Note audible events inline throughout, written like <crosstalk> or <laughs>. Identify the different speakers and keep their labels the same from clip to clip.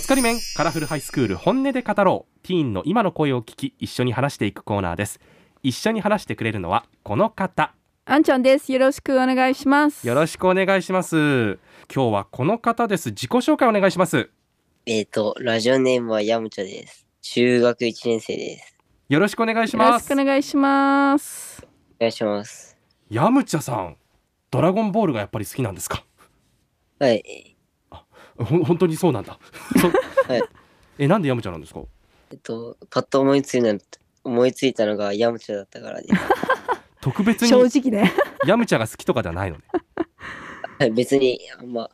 Speaker 1: つかり面カラフルハイスクール本音で語ろうティーンの今の声を聞き一緒に話していくコーナーです一緒に話してくれるのはこの方
Speaker 2: あんちゃんです。よろしくお願いします。
Speaker 1: よろしくお願いします今日はこの方です自己紹介お願いします
Speaker 3: えっ、と、ラジオネームはヤムチャです。中学1年生です。
Speaker 1: よろしくお願いし
Speaker 2: よろ
Speaker 1: ま
Speaker 2: し
Speaker 1: す
Speaker 2: くお願いします。
Speaker 3: お願いします。
Speaker 1: ヤムチャさんドラゴンボールがやっぱり好きなんですか
Speaker 3: はい。
Speaker 1: ほん本当にそうなんだそ
Speaker 3: はい <laughs>
Speaker 1: えなんでヤムチャなんですか
Speaker 3: えっと、パッと思いついたの思いついたのがヤムチャだったからです。
Speaker 1: 特別
Speaker 2: 正
Speaker 1: に
Speaker 2: 直ね。
Speaker 1: ヤムチャが好きとかではないのね
Speaker 3: はい別に、あんま、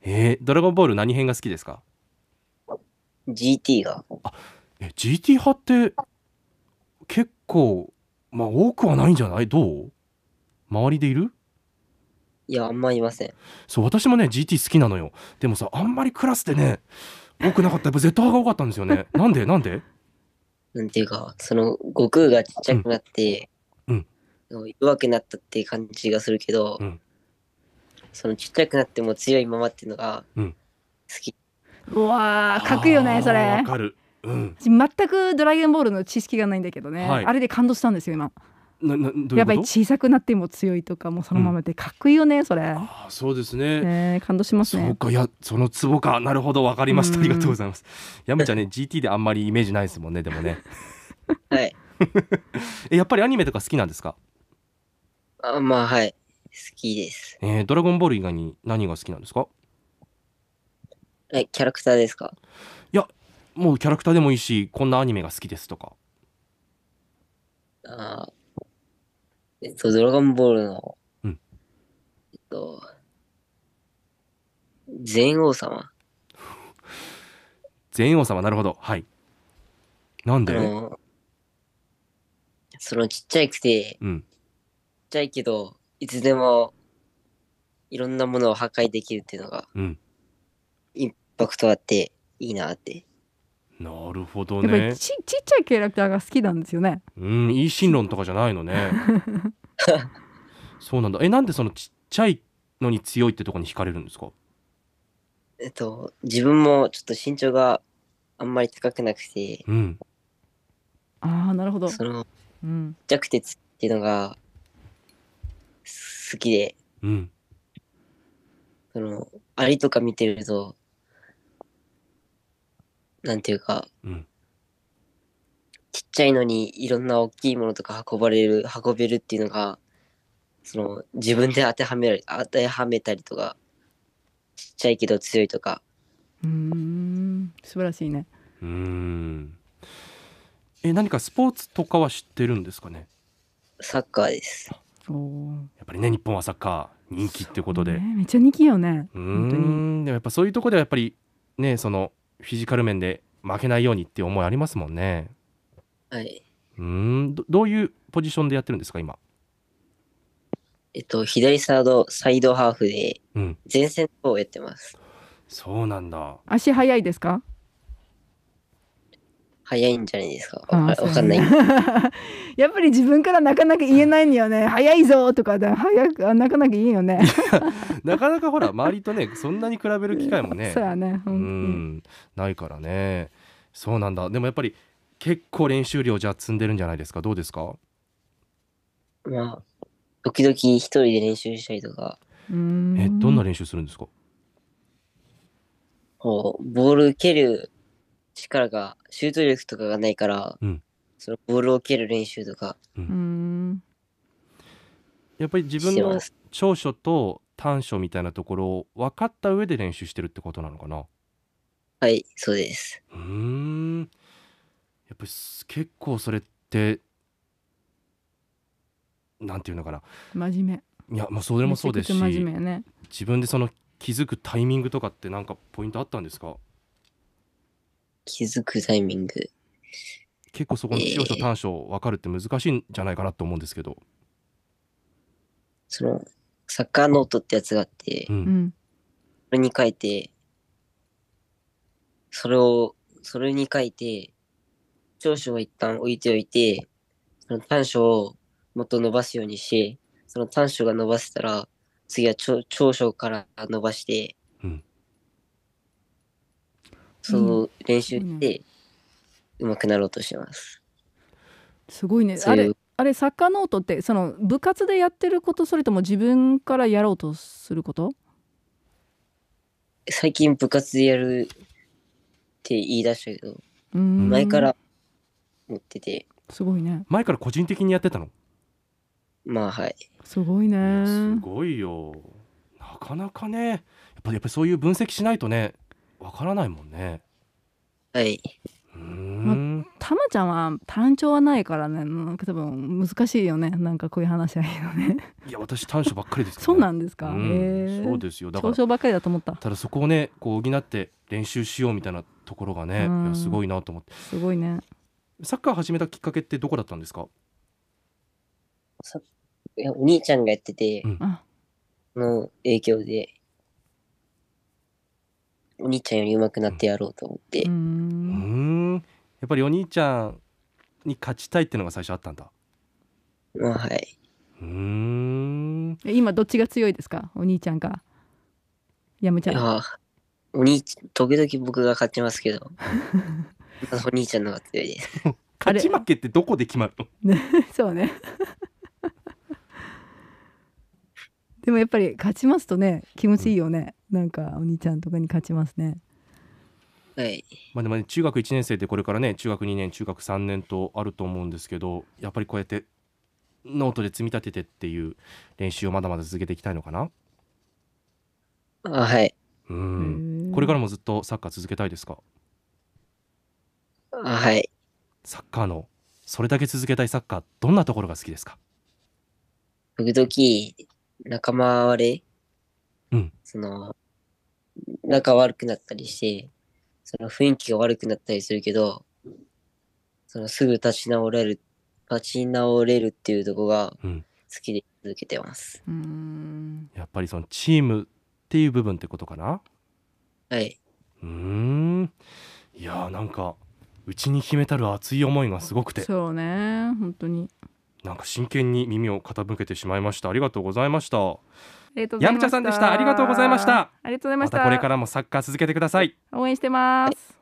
Speaker 1: えー、ドラゴンボール何編が好きですか
Speaker 3: GT が、
Speaker 1: え GT 派って結構まあ多くはないんじゃないどう周りでいる
Speaker 3: いや、あんまいません。
Speaker 1: そう私もね GT 好きなのよでもさあんまりクラスでね多くなかったやっぱ Z 派が多かったんですよねなんでなんで
Speaker 3: なんていうか、その、悟空がちっちゃくなっ
Speaker 1: うん
Speaker 3: て、弱くなったっていう感じがするけど、
Speaker 1: うん
Speaker 3: そのちっちゃくなっても強いままっていうのが、
Speaker 1: う
Speaker 3: 好
Speaker 1: ん
Speaker 3: き。
Speaker 2: うわあ、書くよ
Speaker 1: あ
Speaker 2: ね、
Speaker 1: ー
Speaker 2: それ
Speaker 1: わ。かるうん
Speaker 2: 全くドラゴンボールの知識がないんだけどね、
Speaker 1: はい
Speaker 2: あれで感動したんですよ今
Speaker 1: ななどういうこと
Speaker 2: やっぱり小さくなっても強いとかもうそのままでかっこいいよねそれ、
Speaker 1: あーそうですね
Speaker 2: ね感動します
Speaker 1: そう
Speaker 2: ね
Speaker 1: かいやそのツボかなるほどわかりました
Speaker 2: う
Speaker 1: あ
Speaker 2: ん
Speaker 1: りがとうございますやむちゃんね GT であんまりイメージないですもんねでもね
Speaker 3: はい。
Speaker 1: えやっぱりアニメとか好きなんですか
Speaker 3: あまあ、はい。好きです。
Speaker 1: えードラゴンボール以外に何が好きなんですか
Speaker 3: はい、キャラクターですか
Speaker 1: もうキャラクターでもいいしこんなアニメが好きですとか
Speaker 3: あーえっと、ドラゴンボールの、
Speaker 1: うん
Speaker 3: えっと、全王様。
Speaker 1: 全王様なるほどはいなん
Speaker 3: あ
Speaker 1: で
Speaker 3: の、そのちっちゃいくて、
Speaker 1: うん
Speaker 3: ちっちゃいけど、いつでも、いろんなものを破壊できるっていうのが、
Speaker 1: うん
Speaker 3: インパクトあって、いいなって。
Speaker 1: なるほど
Speaker 2: やっぱ
Speaker 1: ね
Speaker 2: りちちっちゃいキャラクターが好きなんですよね
Speaker 1: うんいい神論とかじゃないのねそうなんだえなんでそのちっちゃいのに強いってとこに惹かれるんですか
Speaker 3: えっと、自分もちょっと身長があんまり高くなくて、
Speaker 1: うん
Speaker 2: ああなるほど、
Speaker 3: その、
Speaker 2: うん、
Speaker 3: ちっちゃくてつっていうのが、好きで、
Speaker 1: うん
Speaker 3: その、アリとか見てると、なんていうか、
Speaker 1: うん
Speaker 3: ちっちゃいのにいろんな大きいものとか運ばれる、運べるっていうのが、その、自分で当てはめられ、当てはめたりとか、ちっちゃいけど強いとか、
Speaker 2: うーん素晴らしいね
Speaker 1: うーんえ何かスポーツとかは知ってるんですかね
Speaker 3: サッカーです。
Speaker 2: おお
Speaker 1: やっぱりね日本はサッカー人気ってことでう,、
Speaker 2: めっちゃ人気よね
Speaker 1: ー
Speaker 2: 本当に
Speaker 1: んでもやっぱそういうとこではやっぱりねそのフィジカル面で負けないようにっていう思いありますもんね
Speaker 3: はい。
Speaker 1: うーんどどういうポジションでやってるんですか今
Speaker 3: えっと、左サード、サイドハーフで、
Speaker 1: うん
Speaker 3: 前線の方をやってます。
Speaker 1: そうなんだ
Speaker 2: 足速いですか
Speaker 3: 早いんじゃないですか。
Speaker 2: あー
Speaker 3: わか
Speaker 2: そう
Speaker 3: わかんない。
Speaker 2: <laughs> やっぱり自分からなかなか言えないんだよね速いぞとかで速くあなかなか言えんよね
Speaker 1: なかなかほら周りとねそんなに比べる機会もね
Speaker 2: <laughs> そうやね
Speaker 1: う
Speaker 2: 本当に
Speaker 1: んないからねそうなんだでもやっぱり結構練習量じゃあ積んでるんじゃないですかどうですか
Speaker 3: まあ、時々一人で練習したりとか、
Speaker 2: うーん
Speaker 1: えどんな練習するんですか
Speaker 3: こう、ボール蹴る力が、シュート力とかがないから、
Speaker 1: うん
Speaker 3: そのボールを蹴る練習とか
Speaker 2: うーん
Speaker 1: やっぱり自分
Speaker 3: して
Speaker 1: の
Speaker 3: ます。
Speaker 1: 長所と短所みたいなところを分かった上で練習してるってことなのかな
Speaker 3: はい、そうです。
Speaker 1: うーんやっぱりす結構それってなんていうのかな
Speaker 2: 真面目
Speaker 1: いやまあそれもそうです
Speaker 2: めちゃくちゃ真
Speaker 1: し
Speaker 2: 面目やね
Speaker 1: 自分でその気づくタイミングとかってなんかポイントあったんですか
Speaker 3: 気づくタイミング。
Speaker 1: 結構そこの長所
Speaker 3: えー
Speaker 1: 短所分かるって難しいんじゃないかなと思うんですけど、
Speaker 3: その、サッカーノートってやつがあって、
Speaker 1: う、
Speaker 3: そ
Speaker 2: うんん
Speaker 3: れに書いて、それを、それに書いて、長所を一旦置いておいて、その短所をもっと伸ばすようにして、その短所が伸ばせたら、次は長長所から伸ばして、そう練習して、上手くなろうとしてます。
Speaker 2: すごいね
Speaker 3: そ
Speaker 2: あ
Speaker 3: うい
Speaker 2: れ
Speaker 3: う
Speaker 2: あれサッカーノートってその部活でやってることそれとも自分からやろうとすること
Speaker 3: 最近部活でやるって言い出したけど、
Speaker 2: うーん
Speaker 3: 前から持ってて、
Speaker 2: すごいね
Speaker 1: 前から個人的にやってたの、
Speaker 3: まあはい。
Speaker 2: すごいね
Speaker 1: いやすごいよなかなかねやっぱやっぱそういう分析しないとねわからないもんね
Speaker 3: はい。
Speaker 1: うーん、
Speaker 2: たまちゃんは単調はないからねなんか多分難しいよねなんかこういう話はいいのね
Speaker 1: いや私短所ばっかりですけど
Speaker 2: そう
Speaker 1: ね、
Speaker 2: なんです
Speaker 1: う
Speaker 2: か、へ
Speaker 1: ん
Speaker 2: え
Speaker 1: そうですよだか
Speaker 2: 長
Speaker 1: ら
Speaker 2: 所ばっかりだと思った
Speaker 1: ただそこをねこう補って練習しようみたいなところがね、
Speaker 2: うん
Speaker 1: いやすごいなと思って
Speaker 2: すごいね
Speaker 1: サッカー始めたきっかけってどこだったんですか
Speaker 3: いやお兄ちゃんがやってて、
Speaker 2: あ
Speaker 3: その影響で、お兄ちゃんより上手くなってやろうと思って、
Speaker 2: う
Speaker 1: う
Speaker 2: ー
Speaker 1: ーん
Speaker 2: ん
Speaker 1: やっぱりお兄ちゃんに勝ちたいっていうのが最初あったんだ
Speaker 3: まあはい。
Speaker 1: うーん
Speaker 2: え今どっちが強いですかお兄ちゃんかやむちゃん
Speaker 3: ああお兄ちゃん、時々僕が勝ちますけど、お兄ちゃんの方が強いです。
Speaker 2: あ
Speaker 1: 勝
Speaker 2: れ
Speaker 1: ち負けってどこで決まるの
Speaker 2: <laughs>
Speaker 1: <laughs>
Speaker 2: そうね。 <laughs> でもやっぱり勝ちますとね気持ちいいよね、なんかお兄ちゃんとかに勝ちますね
Speaker 3: はい。
Speaker 1: まあでもね中学1年生でこれからね中学2年中学3年とあると思うんですけどやっぱりこうやってノートで積み立ててっていう練習をまだまだ続けていきたいのかな
Speaker 3: ああはい。
Speaker 1: う
Speaker 2: へ
Speaker 1: ん
Speaker 2: ー
Speaker 1: これからもずっとサッカー続けたいですか
Speaker 3: ああはい。
Speaker 1: サッカーのそれだけ続けたいサッカーどんなところが好きですか
Speaker 3: 時々、仲間割れ、
Speaker 1: うん
Speaker 3: その、仲悪くなったりして、その雰囲気が悪くなったりするけど、そのすぐ立ち直れる、立ち直れるっていうとこが
Speaker 1: う
Speaker 3: 好
Speaker 1: ん
Speaker 3: きで続けてます。
Speaker 2: うーん
Speaker 1: やっぱりそのチームっていう部分ってことかな
Speaker 3: はい。
Speaker 1: うーんいやーなんかうちに秘めたる熱い思いがすごくて
Speaker 2: そうね本当に
Speaker 1: なんか真剣に耳を傾けてしまいましたありがとうございました
Speaker 2: ありがとうござ
Speaker 1: や
Speaker 2: い
Speaker 1: む
Speaker 2: ま
Speaker 1: ちゃんさんでしたありがとうございました
Speaker 2: ありがとうございま
Speaker 1: ま
Speaker 2: した
Speaker 1: たこれからもサッカー続けてください
Speaker 2: 応援してます